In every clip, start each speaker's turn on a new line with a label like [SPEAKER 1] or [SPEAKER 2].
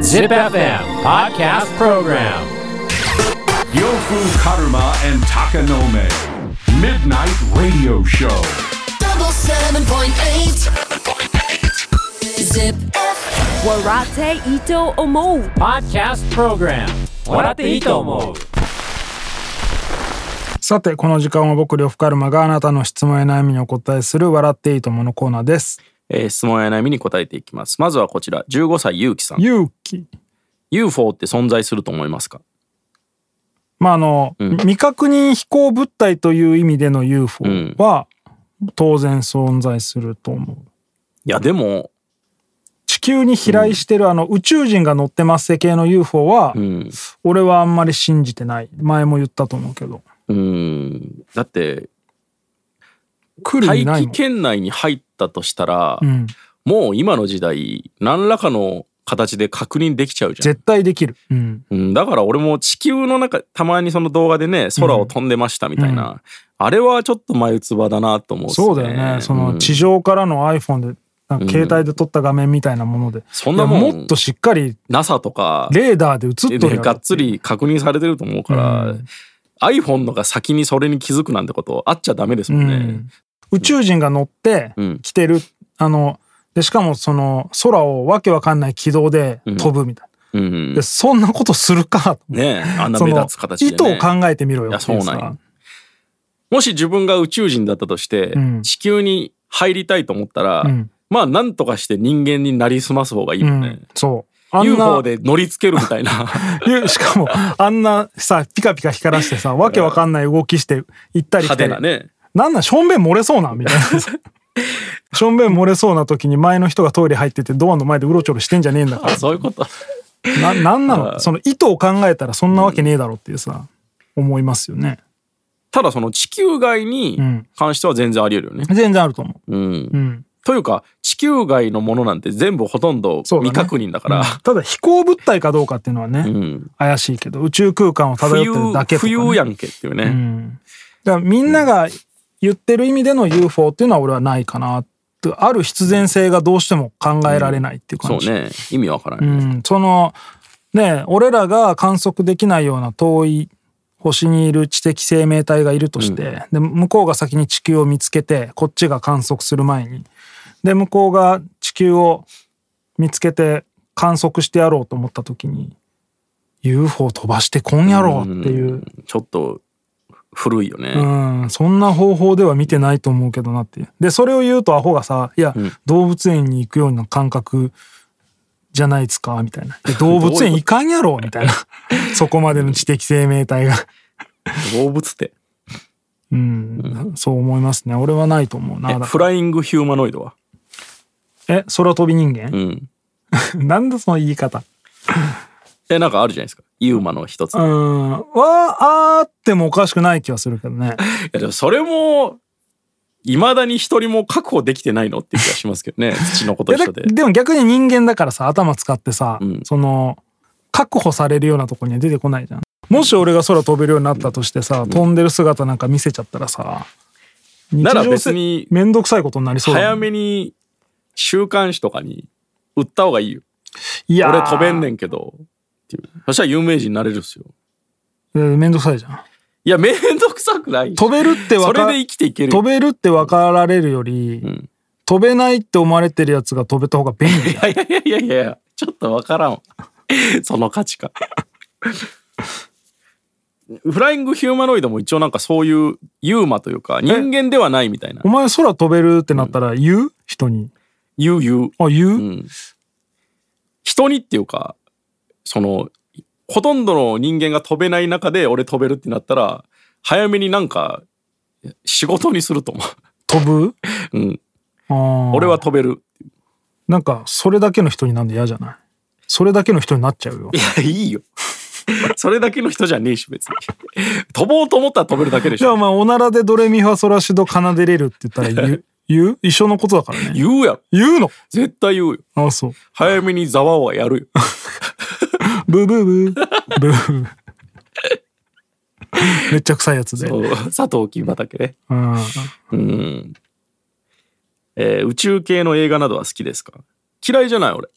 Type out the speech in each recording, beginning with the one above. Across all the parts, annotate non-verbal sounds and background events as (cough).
[SPEAKER 1] Zip FM Podcast Program
[SPEAKER 2] Yofu Karuma and Takanome. Midnight Radio Show.
[SPEAKER 3] double seven point eight. Zip.
[SPEAKER 4] Warate Ito Omo
[SPEAKER 1] Podcast Program 笑っていいと思う
[SPEAKER 5] さて、この時間は僕、呂布カルマがあなたの質問や悩みにお答えする笑っていいとものコーナーです。
[SPEAKER 6] えー質問や悩みに答えていきますまずはこちら15歳ゆうきさん
[SPEAKER 5] 勇気。
[SPEAKER 6] UFO って存在すると思いますか
[SPEAKER 5] まあ、あの、未確認飛行物体という意味での UFO
[SPEAKER 6] ん
[SPEAKER 5] は当然存在すると思う。
[SPEAKER 6] いやでも
[SPEAKER 5] 地球に飛来してるあの宇宙人が乗ってますせ系の UFO は、
[SPEAKER 6] ん
[SPEAKER 5] 俺はあんまり信じてない。前も言ったと思うけど。
[SPEAKER 6] うーんだって
[SPEAKER 5] 来る
[SPEAKER 6] 大
[SPEAKER 5] にない
[SPEAKER 6] 気
[SPEAKER 5] もん。
[SPEAKER 6] 圏内に入ったとしたら、
[SPEAKER 5] うん。
[SPEAKER 6] もう今の時代何らかの形で確認できちゃうじゃん、
[SPEAKER 5] 絶対できる。うん。
[SPEAKER 6] うん、だから俺も地球の中たまにその動画でね空を飛んでましたみたいな、あれはちょっと眉唾だなと思うっすね
[SPEAKER 5] そうだよね。その
[SPEAKER 6] うん
[SPEAKER 5] 地上からの iPhone で、なんか携帯で撮った画面みたいなもので。
[SPEAKER 6] そんなもん
[SPEAKER 5] いやもっとしっかり
[SPEAKER 6] NASA とか
[SPEAKER 5] レーダーで映っとる
[SPEAKER 6] で
[SPEAKER 5] やろ
[SPEAKER 6] がっつり確認されてると思うから、iPhone のが先にそれに気づくなんてことあっちゃダメですもんね。
[SPEAKER 5] うん宇宙人が乗って
[SPEAKER 6] うん
[SPEAKER 5] 来てる、あのでしかもその空をわけわかんない軌道で飛ぶみたいな、
[SPEAKER 6] うん
[SPEAKER 5] でそんなことするか
[SPEAKER 6] ねえあんな
[SPEAKER 5] そ
[SPEAKER 6] 目
[SPEAKER 5] の
[SPEAKER 6] 立つ形
[SPEAKER 5] 意
[SPEAKER 6] で、
[SPEAKER 5] 図を
[SPEAKER 6] ね、
[SPEAKER 5] 考えてみろよっていう
[SPEAKER 6] いやそうなん
[SPEAKER 5] さ
[SPEAKER 6] よもし自分が宇宙人だったとして、
[SPEAKER 5] ん
[SPEAKER 6] 地球に入りたいと思ったら、
[SPEAKER 5] ん
[SPEAKER 6] まあなんとかして人間になりすます方がいいうよね
[SPEAKER 5] ん。そうあんな
[SPEAKER 6] UFO で乗りつけるみた
[SPEAKER 5] (laughs)
[SPEAKER 6] いな
[SPEAKER 5] ゆしかもあんなさピカピカ光らしてさわけわかんない動きして行ったり来た
[SPEAKER 6] 派手
[SPEAKER 5] り
[SPEAKER 6] なね
[SPEAKER 5] なんなんしょんべん漏れそうなみた
[SPEAKER 6] (laughs)
[SPEAKER 5] いなしょんべん漏れそうな時に前の人がトイレ入っててドアの前でうろちょろしてんじゃねえんだから
[SPEAKER 6] あそういうこと
[SPEAKER 5] ななんなのその意図を考えたらそんなわけねえだろっていうさ、思いますよね
[SPEAKER 6] ただその地球外に
[SPEAKER 5] ん
[SPEAKER 6] 関しては全然あり得るよね。
[SPEAKER 5] 全然あると思う、
[SPEAKER 6] うん
[SPEAKER 5] うん
[SPEAKER 6] というか地球外のものなんて全部ほとんど
[SPEAKER 5] そうだね
[SPEAKER 6] 未確認だから
[SPEAKER 5] うんただ飛行物体かどうかっていうのはね、
[SPEAKER 6] うん
[SPEAKER 5] 怪しいけど宇宙空間を漂ってるだけとか、ね、
[SPEAKER 6] 冬冬やんけっていうね、
[SPEAKER 5] うんだからみんなが言ってる意味での UFO っていうのは俺はないかなってある必然性がどうしても考えられないっていう
[SPEAKER 6] そ
[SPEAKER 5] 感
[SPEAKER 6] う
[SPEAKER 5] じ、
[SPEAKER 6] ね意味わからない、
[SPEAKER 5] うん、そのね俺らが観測できないような遠い星にいる知的生命体がいるとして、で向こうが先に地球を見つけてこっちが観測する前にで向こうが地球を見つけて観測してやろうと思った時に UFO 飛ばしてこんやろうっていう、
[SPEAKER 6] ちょっと古いよね、
[SPEAKER 5] うん、そんな方法では見てないと思うけどなっていうでそれを言うとアホがさ「いや、動物園に行くような感覚じゃないですか」みたいな (laughs) で「動物園行かんやろ」みたいな (laughs) そこまでの知的生命体が、
[SPEAKER 6] 動物って
[SPEAKER 5] うん、そう思いますね俺はないと思うな
[SPEAKER 6] え
[SPEAKER 5] だ
[SPEAKER 6] フライングヒューマノイドは
[SPEAKER 5] え空飛び人
[SPEAKER 6] う
[SPEAKER 5] 間、
[SPEAKER 6] ん
[SPEAKER 5] (laughs) なんだその言い方
[SPEAKER 6] えなんかあるじゃないですかユーマの一つ、
[SPEAKER 5] う
[SPEAKER 6] い
[SPEAKER 5] んはあってもおかしくない気はするけどね
[SPEAKER 6] やでもそれもいまだに一人も確保できてないのっていう気がしますけど
[SPEAKER 5] (laughs)
[SPEAKER 6] ね土の子と
[SPEAKER 5] いや
[SPEAKER 6] 一緒
[SPEAKER 5] だ
[SPEAKER 6] で
[SPEAKER 5] でも逆に人間だからさ頭使ってさ、
[SPEAKER 6] ん
[SPEAKER 5] その確保されるようなとこには出てこないじゃんもし俺が空飛べるようになったとしてさ、飛んでる姿なんか見せちゃったらさ日
[SPEAKER 6] なら
[SPEAKER 5] 常せ
[SPEAKER 6] 別に
[SPEAKER 5] めんどくさいことになりそうだ
[SPEAKER 6] 早
[SPEAKER 5] もん
[SPEAKER 6] めに週刊誌とかに売った方がいいよ
[SPEAKER 5] いやー
[SPEAKER 6] 俺飛べんねんけどっていうそしたら有名人になれるっすよ
[SPEAKER 5] えーめんどくさいじゃん
[SPEAKER 6] いやめんどくさくない
[SPEAKER 5] 飛べるってわ
[SPEAKER 6] それ
[SPEAKER 5] か
[SPEAKER 6] で生きていけるよ
[SPEAKER 5] 飛べるって分かられるより、
[SPEAKER 6] ん
[SPEAKER 5] 飛べないって思われてるやつが飛べた方が便利
[SPEAKER 6] (laughs) いやいやいやいやいや、ちょっとわからんわ。 (laughs) その価値観。 (laughs) フライングヒューマノイドも一応なんかそういうユーマというか人間ではないみたいな
[SPEAKER 5] お。前空飛べるってなったら言う、人に
[SPEAKER 6] 言う言う。
[SPEAKER 5] あ言う、
[SPEAKER 6] うん。人にっていうか、その、ほとんどの人間が飛べない中で俺飛べるってなったら、早めになんか仕事にすると思
[SPEAKER 5] 飛ぶ
[SPEAKER 6] う。うん。
[SPEAKER 5] あー
[SPEAKER 6] 俺は飛べる。
[SPEAKER 5] なんか、それだけの人になんで嫌じゃないそれだけの人になっちゃうよ
[SPEAKER 6] い。や、いいよ。 (laughs) それだけの人じゃねえし、別に。飛ぼうと思ったら飛べるだけでし
[SPEAKER 5] じゃあ
[SPEAKER 6] ょ。
[SPEAKER 5] お前、おならでドレミファソラシド奏でれるって言ったら言
[SPEAKER 6] (laughs)
[SPEAKER 5] う言う一緒のことだからね。
[SPEAKER 6] 言うやろ。
[SPEAKER 5] 言うの
[SPEAKER 6] 絶対言うよ。
[SPEAKER 5] あ、そう。
[SPEAKER 6] 早めにざわはやるよ。
[SPEAKER 5] ブーブーブー。ブー
[SPEAKER 6] (laughs)
[SPEAKER 5] ブー。めっちゃ臭いやつで。
[SPEAKER 6] (laughs)
[SPEAKER 5] う
[SPEAKER 6] 佐藤金畑ね。
[SPEAKER 5] ん。
[SPEAKER 6] うん。えー宇宙系の映画などは好きですか嫌いじゃない俺。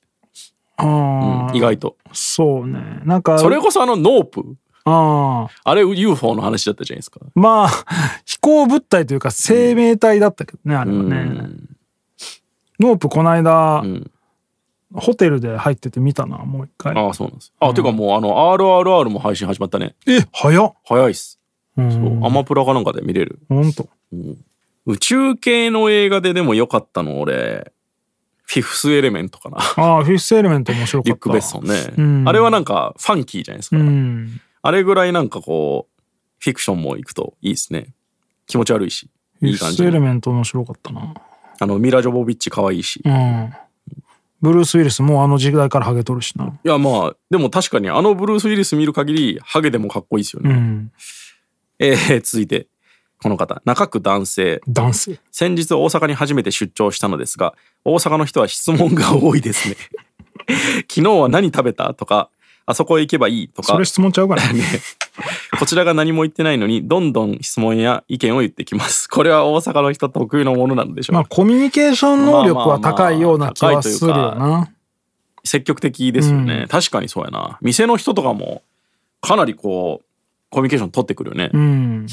[SPEAKER 5] あ
[SPEAKER 6] 意外と。
[SPEAKER 5] そうねなんか
[SPEAKER 6] それこそあのノープ。
[SPEAKER 5] あー
[SPEAKER 6] あれ UFO の話だったじゃないですか。
[SPEAKER 5] まあ飛行物体というか生命体だったけどねあれはね、ノープこの間、
[SPEAKER 6] ん
[SPEAKER 5] ホテルで入ってて見たなもう一回
[SPEAKER 6] ああ、そうなんです。あ、ていうかもうあの RRR も配信始まったね。
[SPEAKER 5] え早っ
[SPEAKER 6] 早いっす。
[SPEAKER 5] う
[SPEAKER 6] そ
[SPEAKER 5] ん
[SPEAKER 6] う。アマプラかなんかで見れる。
[SPEAKER 5] ほんと
[SPEAKER 6] 宇宙系の映画ででも良かったの俺、フィフスエレメントかな。
[SPEAKER 5] ああフィフスエレメント面白かった
[SPEAKER 6] リュック・ベッソンね、
[SPEAKER 5] うん
[SPEAKER 6] あれはなんかファンキーじゃないですか、
[SPEAKER 5] うん
[SPEAKER 6] あれぐらいなんかこうフィクションも行くといいですね気持ち悪いし
[SPEAKER 5] フ
[SPEAKER 6] い
[SPEAKER 5] ィ
[SPEAKER 6] い
[SPEAKER 5] フ
[SPEAKER 6] 感
[SPEAKER 5] ス
[SPEAKER 6] じ
[SPEAKER 5] エレメント面白かったな
[SPEAKER 6] あのミラ・ジョボビッチ可愛いし、い
[SPEAKER 5] うんブルース・ウィルスもうあの時代からハゲとるしな
[SPEAKER 6] やまあでも確かにあのブルース・ウィリス見る限りハゲでもかっこいいですよ
[SPEAKER 5] う
[SPEAKER 6] ね、
[SPEAKER 5] ん
[SPEAKER 6] えー続いてこの方中区男性
[SPEAKER 5] 男性
[SPEAKER 6] 先日大阪に初めて出張したのですが大阪の人は質問が多いですね (laughs) 昨日は何食べたとかあそこへ行けばいいとか
[SPEAKER 5] それ質問ちゃうかな
[SPEAKER 6] (laughs) ねこちらが何も言ってないのにどんどん質問や意見を言ってきますこれは大阪の人得意のものなのでしょうか、
[SPEAKER 5] まあコミュニケーション能力は高いような気はするよ
[SPEAKER 6] まあまあ
[SPEAKER 5] な
[SPEAKER 6] 積極的ですよね、確かにそうやな店の人とかもかなりこうコミュニケーション取ってくるよね、
[SPEAKER 5] うん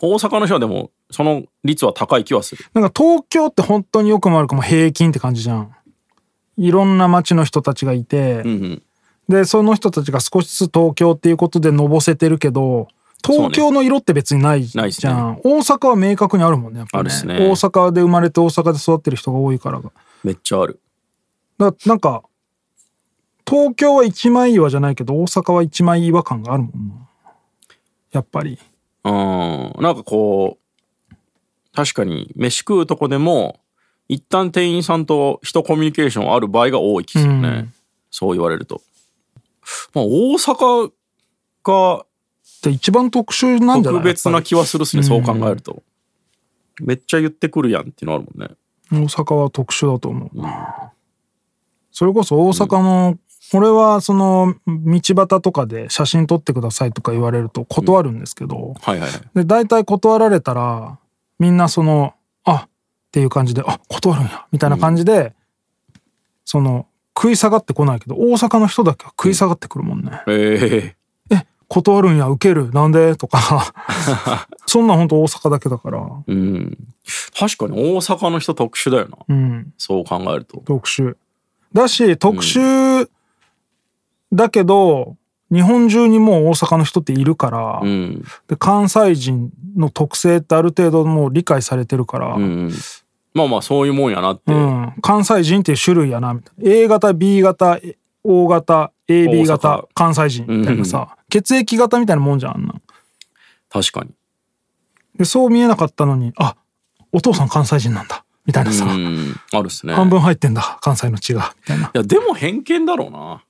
[SPEAKER 6] 大阪の人はでもその率は高い気はする
[SPEAKER 5] なんか東京って本当によくも悪くも平均って感じじゃんいろんな街の人たちがいて、
[SPEAKER 6] うんうん
[SPEAKER 5] でその人たちが少しずつ東京っていうことでのぼせてるけど東京の色って別にないじゃん、
[SPEAKER 6] ないっすね
[SPEAKER 5] 大阪は明確にあるもんねやっぱね
[SPEAKER 6] あるっすね
[SPEAKER 5] 大阪で生まれて大阪で育ってる人が多いからが
[SPEAKER 6] めっちゃある
[SPEAKER 5] だなんか東京は一枚岩じゃないけど大阪は一枚岩感があるもんなやっぱり
[SPEAKER 6] うんなんかこう確かに飯食うとこでも一旦店員さんと人コミュニケーションある場合が多い気するね、
[SPEAKER 5] うん
[SPEAKER 6] そう言われると、まあ、大阪が
[SPEAKER 5] で一番特殊なんじゃな
[SPEAKER 6] 特
[SPEAKER 5] い
[SPEAKER 6] 別な
[SPEAKER 5] やっ
[SPEAKER 6] 気はするっすねそう考えると、めっちゃ言ってくるやんっていうのあるもんね
[SPEAKER 5] ぱり大阪は特殊だと思う、それこそ大阪の、これはその道端とかで写真撮ってくださいとか言われると断るんですけど、
[SPEAKER 6] はいはいはい
[SPEAKER 5] で大体断られたらみんなそのあっていう感じであ断るんやみたいな感じで、その食い下がってこないけど大阪の人だけは食い下がってくるもんね、
[SPEAKER 6] え
[SPEAKER 5] 断るんや受けるなんでと (laughs) かそんなんほんと大阪だけだから
[SPEAKER 6] えうん確かに大阪の人特殊だよな
[SPEAKER 5] うん
[SPEAKER 6] そう考えると
[SPEAKER 5] 特殊だし特殊だけど、日本中にもう大阪の人っているから、
[SPEAKER 6] うん
[SPEAKER 5] で関西人の特性ってある程度もう理解されてるから、
[SPEAKER 6] うんまあまあそういうもんやなって、
[SPEAKER 5] うん、関西人っていう種類やなみたいな A 型 B 型 O 型 AB
[SPEAKER 6] 大
[SPEAKER 5] 型
[SPEAKER 6] 阪
[SPEAKER 5] 関西人みたいなさ、血液型みたいなもんじゃんあんなん
[SPEAKER 6] 確かに
[SPEAKER 5] でそう見えなかったのにあお父さん関西人なんだみたいなさ、
[SPEAKER 6] うんあるっすね
[SPEAKER 5] 半分入ってんだ関西の血がみたいない
[SPEAKER 6] やでも偏見だろうな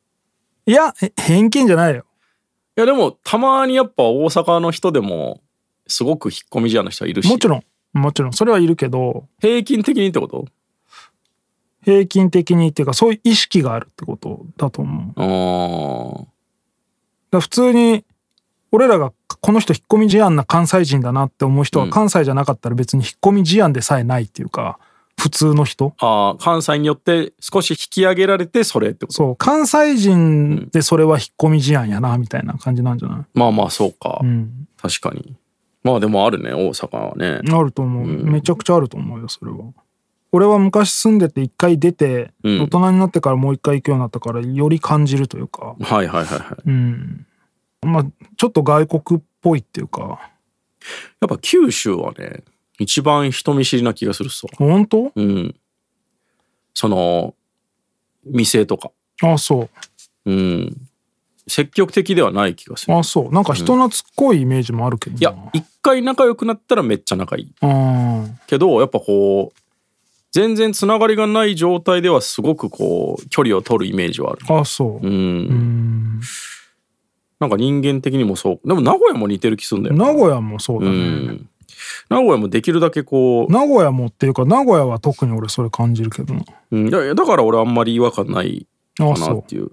[SPEAKER 6] い
[SPEAKER 5] やへ偏見じゃないよ
[SPEAKER 6] いやでもたまにやっぱ大阪の人でもすごく引っ込み思案の人はいるし
[SPEAKER 5] もちろんもちろんそれはいるけど
[SPEAKER 6] 平均的にってこと
[SPEAKER 5] 平均的にっていうかそういう意識があるってことだと思うだか
[SPEAKER 6] あー
[SPEAKER 5] ら普通に俺らがこの人引っ込み思案な関西人だなって思う人は関西じゃなかったら別に引っ込み思案でさえないっていうか普通の人
[SPEAKER 6] あー関西によって少し引き上げられてそれってこと
[SPEAKER 5] そう関西人でそれは引っ込み思案やなみたいな感じなんじゃない、
[SPEAKER 6] まあまあそうか、
[SPEAKER 5] うん、
[SPEAKER 6] 確かにまあでもあるね大阪はね
[SPEAKER 5] あると思う、めちゃくちゃあると思うよそれは俺は昔住んでて一回出て、
[SPEAKER 6] うん
[SPEAKER 5] 大人になってからもう一回行くようになったからより感じるというか
[SPEAKER 6] はいはいはいはい
[SPEAKER 5] うんまあちょっと外国っぽいっていうか
[SPEAKER 6] やっぱ九州はね一番人見知りな気がするっすわ
[SPEAKER 5] 本当
[SPEAKER 6] うんその店とか
[SPEAKER 5] あそ
[SPEAKER 6] うん積極的ではない気がす
[SPEAKER 5] う
[SPEAKER 6] る
[SPEAKER 5] あそうなんか人懐っこいイメージもあるけど
[SPEAKER 6] いや一回仲良くなったらめっちゃ仲いい
[SPEAKER 5] うん
[SPEAKER 6] けどやっぱこう全然つながりがない状態ではすごくこう距離を取るイメージはある
[SPEAKER 5] あそう、
[SPEAKER 6] うん、なんか人間的にもそうでも名古屋も似てる気すんだよな
[SPEAKER 5] 名古屋もそうだね、
[SPEAKER 6] うん名古屋もできるだけこう、
[SPEAKER 5] 名古屋もっていうか名古屋は特に俺それ感じるけどな
[SPEAKER 6] うんいやいやだから俺あんまり違和感ない
[SPEAKER 5] あ
[SPEAKER 6] か
[SPEAKER 5] そ
[SPEAKER 6] な
[SPEAKER 5] う
[SPEAKER 6] っていう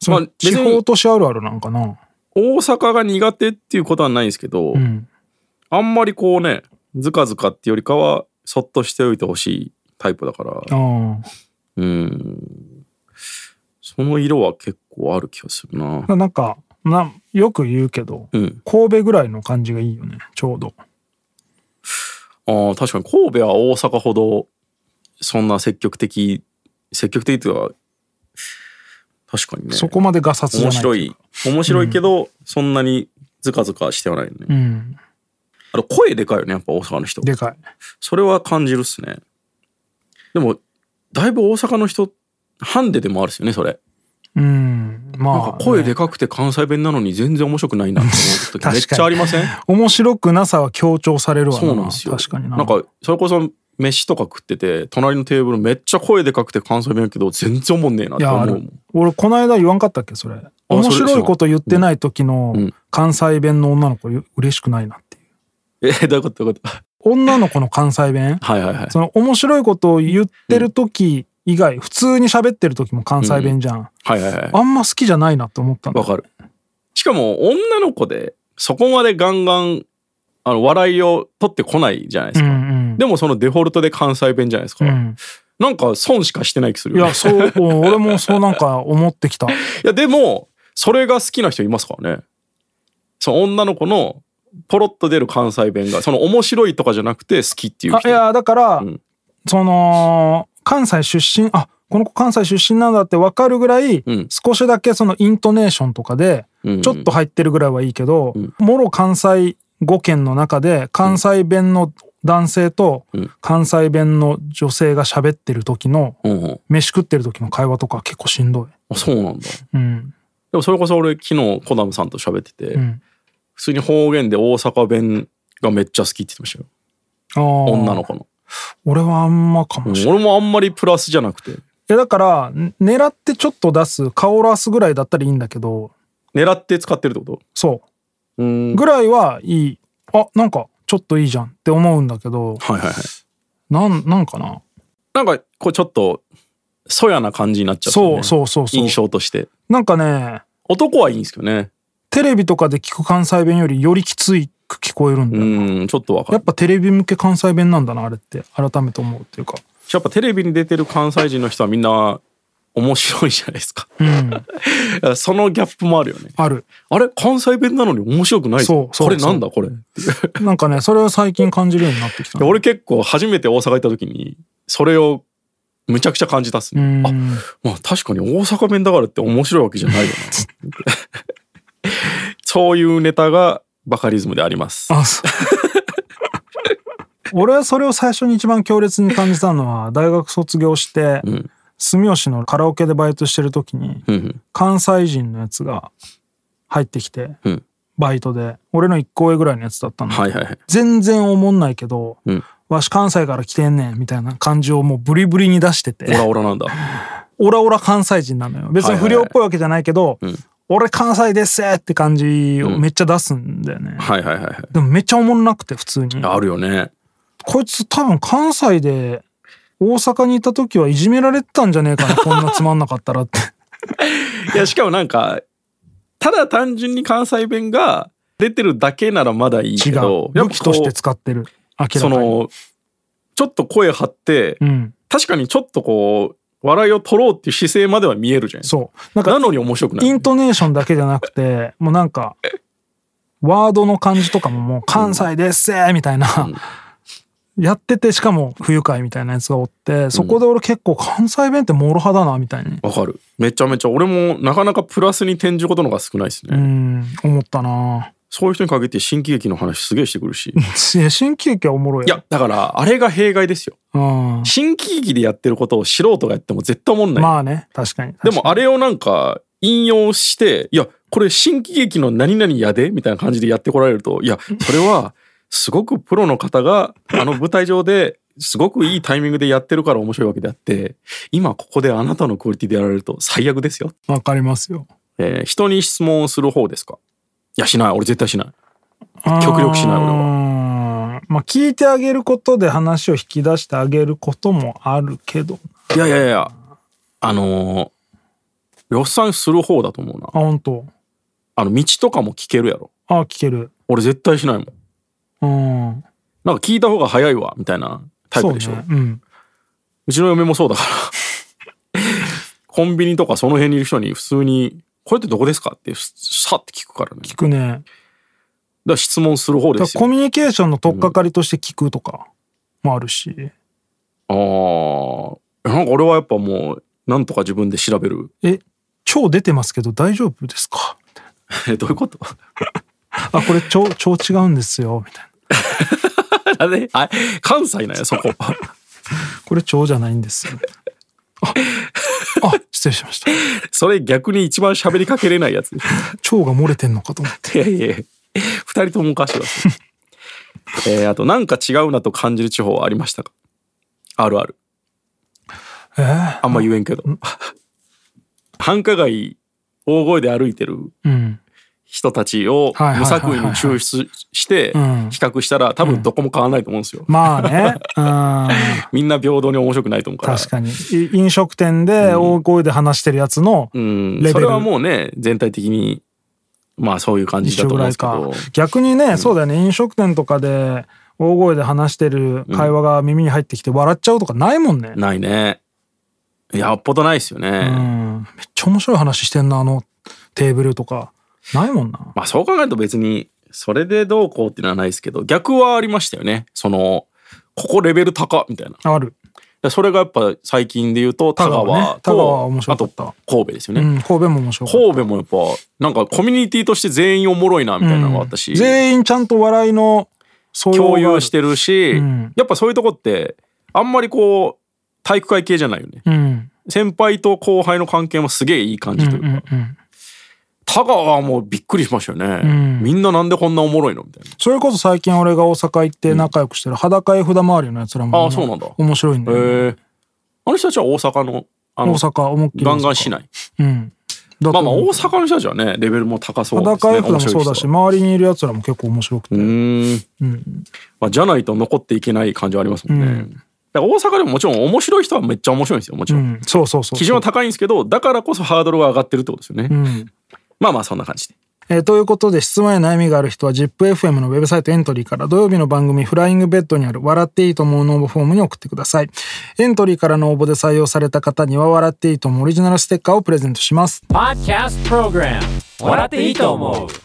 [SPEAKER 5] それ
[SPEAKER 6] まあ別
[SPEAKER 5] 地
[SPEAKER 6] に
[SPEAKER 5] 方都市あるあるなんかな、
[SPEAKER 6] 大阪が苦手っていうことはないんですけど、
[SPEAKER 5] うん、
[SPEAKER 6] あんまりこうねずかずかってよりかはそっとしておいてほしいタイプだから
[SPEAKER 5] ああ
[SPEAKER 6] うんその色は結構ある気がするな。
[SPEAKER 5] なんかなよく言うけど、
[SPEAKER 6] うん
[SPEAKER 5] 神戸ぐらいの感じがいいよねちょうど
[SPEAKER 6] あー確かに神戸は大阪ほどそんな積極的積極的というか確かにね
[SPEAKER 5] そこまでガサツじゃない
[SPEAKER 6] 面白い面白いけど、そんなにズカズカしてはないよね、
[SPEAKER 5] うん
[SPEAKER 6] あと声でかいよねやっぱ大阪の人
[SPEAKER 5] でかい
[SPEAKER 6] それは感じるっすねでもだいぶ大阪の人ハンデでもあるっすよねそれ
[SPEAKER 5] うんまあ
[SPEAKER 6] なんか声でかくて関西弁なのに全然面白くないなって思う時
[SPEAKER 5] かに
[SPEAKER 6] めっちゃありません
[SPEAKER 5] 面白くなさは強調されるわ
[SPEAKER 6] そうなんですよ
[SPEAKER 5] 確かにな
[SPEAKER 6] なんかそれこそ飯とか食ってて隣のテーブルめっちゃ声でかくて関西弁やけど全然おもんねえな
[SPEAKER 5] い
[SPEAKER 6] って
[SPEAKER 5] や
[SPEAKER 6] 思
[SPEAKER 5] あ
[SPEAKER 6] うも
[SPEAKER 5] る
[SPEAKER 6] ん
[SPEAKER 5] 俺この間言わんかったっけそれ
[SPEAKER 6] それ
[SPEAKER 5] 面白いこと言ってない時の
[SPEAKER 6] うん
[SPEAKER 5] 関西弁の女の子う嬉しくないなっていう
[SPEAKER 6] えどういうことどういうこと
[SPEAKER 5] 女の子の関西
[SPEAKER 6] (laughs)
[SPEAKER 5] 弁
[SPEAKER 6] はいはいはい
[SPEAKER 5] その面白いことを言ってる時以外、普通に喋ってる時も関西弁じゃん、
[SPEAKER 6] はいはいはい
[SPEAKER 5] あんま好きじゃないなって思ったんだ
[SPEAKER 6] わかる。しかも女の子でそこまでガンガンあの笑いを取ってこないじゃないです
[SPEAKER 5] うん
[SPEAKER 6] か、
[SPEAKER 5] うん
[SPEAKER 6] でもそのデフォルトで関西弁じゃないですか、
[SPEAKER 5] うん、
[SPEAKER 6] なんか損しかしてない気する
[SPEAKER 5] い
[SPEAKER 6] よ、ね、
[SPEAKER 5] やそう
[SPEAKER 6] (laughs)
[SPEAKER 5] うん俺もそうなんか思ってきた
[SPEAKER 6] いやでもそれが好きな人いますからねその女の子のポロッと出る関西弁がその面白いとかじゃなくて好きっていう
[SPEAKER 5] あい
[SPEAKER 6] 人
[SPEAKER 5] やだから、
[SPEAKER 6] ん
[SPEAKER 5] その関西出身あこの子関西出身なんだって分かるぐらい、
[SPEAKER 6] うん
[SPEAKER 5] 少しだけそのイントネーションとかで
[SPEAKER 6] うん
[SPEAKER 5] ちょっと入ってるぐらいはいいけど、
[SPEAKER 6] ん
[SPEAKER 5] もろ関西5県の中で関西弁の男性と
[SPEAKER 6] うん
[SPEAKER 5] 関西弁の女性が喋ってる時の
[SPEAKER 6] うんうん
[SPEAKER 5] 飯食ってる時の会話とか結構しんどい。
[SPEAKER 6] あそうなんだ
[SPEAKER 5] うん
[SPEAKER 6] でもそれこそ俺昨日コダムさんと喋ってて、
[SPEAKER 5] うん、
[SPEAKER 6] 普通に方言で大阪弁がめっちゃ好きって言ってましたよ
[SPEAKER 5] あー
[SPEAKER 6] 女の子の、
[SPEAKER 5] 俺はあんまか
[SPEAKER 6] う
[SPEAKER 5] も
[SPEAKER 6] ん
[SPEAKER 5] しれない。
[SPEAKER 6] 俺もあんまりプラスじゃなくて
[SPEAKER 5] いやだからん狙ってちょっと出す顔らすぐらいだったらいいんだけど
[SPEAKER 6] 狙って使ってるってこと
[SPEAKER 5] そう
[SPEAKER 6] ー
[SPEAKER 5] うんぐらいはいいあなんかちょっといいじゃんって思うんだけど
[SPEAKER 6] はいはいはい
[SPEAKER 5] なんなんかな
[SPEAKER 6] なんかこうちょっとそやな感じになっちゃった、
[SPEAKER 5] そ
[SPEAKER 6] ね、
[SPEAKER 5] うそうそうそう
[SPEAKER 6] 印象として
[SPEAKER 5] なんかね
[SPEAKER 6] 男はいいんですけどね
[SPEAKER 5] テレビとかで聞く関西弁よりよりきついく聞こえるんだ
[SPEAKER 6] う
[SPEAKER 5] よ、
[SPEAKER 6] んちょっとわか
[SPEAKER 5] やっ
[SPEAKER 6] る
[SPEAKER 5] ぱテレビ向け関西弁なんだなあれって改めて思うっていうか
[SPEAKER 6] やっぱテレビに出てる関西人の人はみんな面白いじゃないですか
[SPEAKER 5] うん
[SPEAKER 6] (laughs) そのギャップもあるよね
[SPEAKER 5] あ
[SPEAKER 6] (laughs)
[SPEAKER 5] る
[SPEAKER 6] あれ関西弁なのに面白くないぞ
[SPEAKER 5] そうそう
[SPEAKER 6] これなんだ
[SPEAKER 5] そ
[SPEAKER 6] これっていう
[SPEAKER 5] なんかねそれを最近感じるようになってきた
[SPEAKER 6] 俺結構初めて大阪行った時にそれをむちゃくちゃ感じたっす
[SPEAKER 5] う
[SPEAKER 6] ね、
[SPEAKER 5] ん
[SPEAKER 6] あまあ確かに大阪弁だからって面白いわけじゃ
[SPEAKER 5] (laughs)
[SPEAKER 6] ないよな。そういうネタがバカリズムであります。
[SPEAKER 5] あ
[SPEAKER 6] (laughs)
[SPEAKER 5] そう俺はそれを最初に一番強烈に感じたのは大学卒業して、
[SPEAKER 6] ん
[SPEAKER 5] 住吉のカラオケでバイトしてる時に
[SPEAKER 6] うんうん
[SPEAKER 5] 関西人のやつが入ってきて、
[SPEAKER 6] うん
[SPEAKER 5] バイトで俺の1個上ぐらいのやつだったの、
[SPEAKER 6] はいはいはい。
[SPEAKER 5] 全然おもんないけど、
[SPEAKER 6] うん
[SPEAKER 5] わし関西から来てんねんみたいな感じをもうブリブリに出して
[SPEAKER 6] オ
[SPEAKER 5] て
[SPEAKER 6] ラオラな
[SPEAKER 5] (laughs)
[SPEAKER 6] んだ。
[SPEAKER 5] オラオラ関西人なのよ別に不良っぽいわけじゃないけど、
[SPEAKER 6] いはいうん
[SPEAKER 5] 俺関西ですって感じをめっちゃ出すんだよね、
[SPEAKER 6] はいはいはいはい。
[SPEAKER 5] でもめっちゃおもんなくて普通に
[SPEAKER 6] あるよね。
[SPEAKER 5] こいつ多分関西で大阪にいた時はいじめられてたんじゃねえ
[SPEAKER 6] (laughs)
[SPEAKER 5] かなこんなつまんなかったらって
[SPEAKER 6] いやしかもなんかただ単純に関西弁が出てるだけならまだいい
[SPEAKER 5] 違
[SPEAKER 6] け
[SPEAKER 5] う
[SPEAKER 6] ど、や
[SPEAKER 5] 武
[SPEAKER 6] っぱ
[SPEAKER 5] 器
[SPEAKER 6] こと
[SPEAKER 5] して
[SPEAKER 6] う
[SPEAKER 5] 使ってる明らかに
[SPEAKER 6] そのちょっと声張って、
[SPEAKER 5] うん
[SPEAKER 6] 確かにちょっとこう笑いを取ろうっていう姿勢までは見えるじゃないですか。
[SPEAKER 5] そうなん
[SPEAKER 6] な
[SPEAKER 5] か
[SPEAKER 6] のに面白くない。
[SPEAKER 5] イントネーションだけじゃなくてもうなんかワードの感じとかももう「関西ですぜ」みたいな、やっててしかも不愉快みたいなやつがおってそこで俺結構関西弁ってもろ派だなみたいに
[SPEAKER 6] わかる。めちゃめちゃ俺もなかなかプラスに転じることの方が少ないですね。
[SPEAKER 5] うん思ったな
[SPEAKER 6] そういう人に限って新喜劇の話すげえして
[SPEAKER 5] (laughs)
[SPEAKER 6] くるし。い
[SPEAKER 5] いや新喜劇はおもろいよ
[SPEAKER 6] や、だからあれが弊害ですよ。
[SPEAKER 5] うん、
[SPEAKER 6] 新喜劇でやってることを素人がやっても絶対おもんない。
[SPEAKER 5] まあね確かに
[SPEAKER 6] でもあれをなんか引用して、いや、これ新喜劇の何々やでみたいな感じでやってこられると、いや、それはすごくプロの方があの舞台上ですごくいいタイミングでやってるから面白いわけであって、今ここであなたのクオリティでやられると最悪ですよ。
[SPEAKER 5] わかりますよ
[SPEAKER 6] えー人に質問をする方ですかいやしない俺絶対しない極力しない俺は
[SPEAKER 5] はまあ聞いてあげることで話を引き出してあげることもあるけど
[SPEAKER 6] いやいやいやあのー、予算する方だと思うな
[SPEAKER 5] あ本当
[SPEAKER 6] あの道とかも聞けるやろ
[SPEAKER 5] あ聞ける
[SPEAKER 6] 俺絶対しないもん
[SPEAKER 5] うん
[SPEAKER 6] なんか聞いた方が早いわみたいなタイプでしょう,、
[SPEAKER 5] そうねうん
[SPEAKER 6] ちの嫁もそうだからコンビニとかその辺にいる人に普通に「これってどこですか?」ってすさって聞くからねだか
[SPEAKER 5] 聞くね。
[SPEAKER 6] ら質問する方
[SPEAKER 5] だ
[SPEAKER 6] で
[SPEAKER 5] か
[SPEAKER 6] す
[SPEAKER 5] らコ
[SPEAKER 6] よ
[SPEAKER 5] ミュニケーションの取っかかりとして聞くとかもあるし。
[SPEAKER 6] あーなんか俺はやっぱもうなんとか自分で調べる (laughs)
[SPEAKER 5] え、腸出てますけど大丈夫ですか
[SPEAKER 6] えどういうこと (laughs)
[SPEAKER 5] あ、これ腸、腸違うんですよ。みたいな。
[SPEAKER 6] あれあ関西なんやそこ (laughs)
[SPEAKER 5] これ腸じゃないんですよ。あ、あ失礼しました。
[SPEAKER 6] それ逆に一番喋りかけれないやつ
[SPEAKER 5] 腸が漏れてんのかと思って。
[SPEAKER 6] (laughs) いやいや二人ともおかしいわ。えー、あと、なんか違うなと感じる地方はありましたかあるある。
[SPEAKER 5] えー
[SPEAKER 6] あんま言えんけど。繁華街、大声で歩いてる
[SPEAKER 5] うん。
[SPEAKER 6] 人たちを
[SPEAKER 5] はいはいはい
[SPEAKER 6] 無
[SPEAKER 5] はい
[SPEAKER 6] 作為に抽出して、比
[SPEAKER 5] ん
[SPEAKER 6] 較したら多分どこも変わらないと思うんですよ。
[SPEAKER 5] まあね。うん。
[SPEAKER 6] みんな平等に面白くないと思うから。
[SPEAKER 5] 確かに。い飲食店で大声で話してるやつの
[SPEAKER 6] うん
[SPEAKER 5] レベル。
[SPEAKER 6] それはもうね、全体的に、まあそういう感じ
[SPEAKER 5] 一
[SPEAKER 6] だ
[SPEAKER 5] 緒ぐ
[SPEAKER 6] と思うん
[SPEAKER 5] ら
[SPEAKER 6] で
[SPEAKER 5] い
[SPEAKER 6] すけ
[SPEAKER 5] か
[SPEAKER 6] ど。
[SPEAKER 5] 逆にね、そうだよね飲食店とかで大声で話してる会話が耳に入ってきて笑っちゃうとかないもんね、
[SPEAKER 6] ないね。やっぽどないですよね。
[SPEAKER 5] うん、めっちゃ面白い話してんなあのテーブルとかないもんな
[SPEAKER 6] まあそう考えると別にそれでどうこうっていうのはないですけど逆はありましたよねそのここレベル高みたいな
[SPEAKER 5] ある、
[SPEAKER 6] でそれがやっぱ最近で言うと田川
[SPEAKER 5] 田川ね
[SPEAKER 6] と
[SPEAKER 5] 田川は面白かった
[SPEAKER 6] あと神戸ですよね、
[SPEAKER 5] うん、神戸も面白い
[SPEAKER 6] 神戸もやっぱなんかコミュニティとして全員おもろいなみたいなのがあったし、
[SPEAKER 5] 全員ちゃんと笑いの素養があ
[SPEAKER 6] 共
[SPEAKER 5] る
[SPEAKER 6] 有してるし、
[SPEAKER 5] うん
[SPEAKER 6] やっぱそういうとこってあんまりこう体育会系じゃないよね
[SPEAKER 5] うん
[SPEAKER 6] 先輩と後輩の関係もすげえいい感じというか、田川はもうびっくりしましたよね、みんななんでこんなおもろいのみたいな
[SPEAKER 5] それこそ最近俺が大阪行って仲良くしてる裸絵札回りのやつらも
[SPEAKER 6] あそうなんだ
[SPEAKER 5] 面白いんだよね、
[SPEAKER 6] へえあの人たちは大阪のあの
[SPEAKER 5] 大阪思いっきり大阪
[SPEAKER 6] ガンガン市内
[SPEAKER 5] うんだ
[SPEAKER 6] ま
[SPEAKER 5] と
[SPEAKER 6] あまあ
[SPEAKER 5] 思う
[SPEAKER 6] 大阪の人たちはねレベルも高そうです
[SPEAKER 5] 裸
[SPEAKER 6] ね
[SPEAKER 5] 絵札もそうだし周りにいるやつらも結構面白くて、
[SPEAKER 6] 面白い人はうーん、まあ、じゃないと残っていけない感じはありますもんね、だから大阪でももちろん面白い人はめっちゃ面白いんですよもちろん、
[SPEAKER 5] うん、そうそうそうそう
[SPEAKER 6] 基準は高いんですけどだからこそハードルが上がってるってことですよね、
[SPEAKER 5] ん
[SPEAKER 6] まあまあそんな感じで
[SPEAKER 5] えーということで質問や悩みがある人は ZIPFM のウェブサイトエントリーから土曜日の番組フライングベッドにある笑っていいと思うの応募フォームに送ってくださいエントリーからの応募で採用された方には笑っていいと思うオリジナルステッカーをプレゼントします
[SPEAKER 1] Podcast Program 笑っていいと思う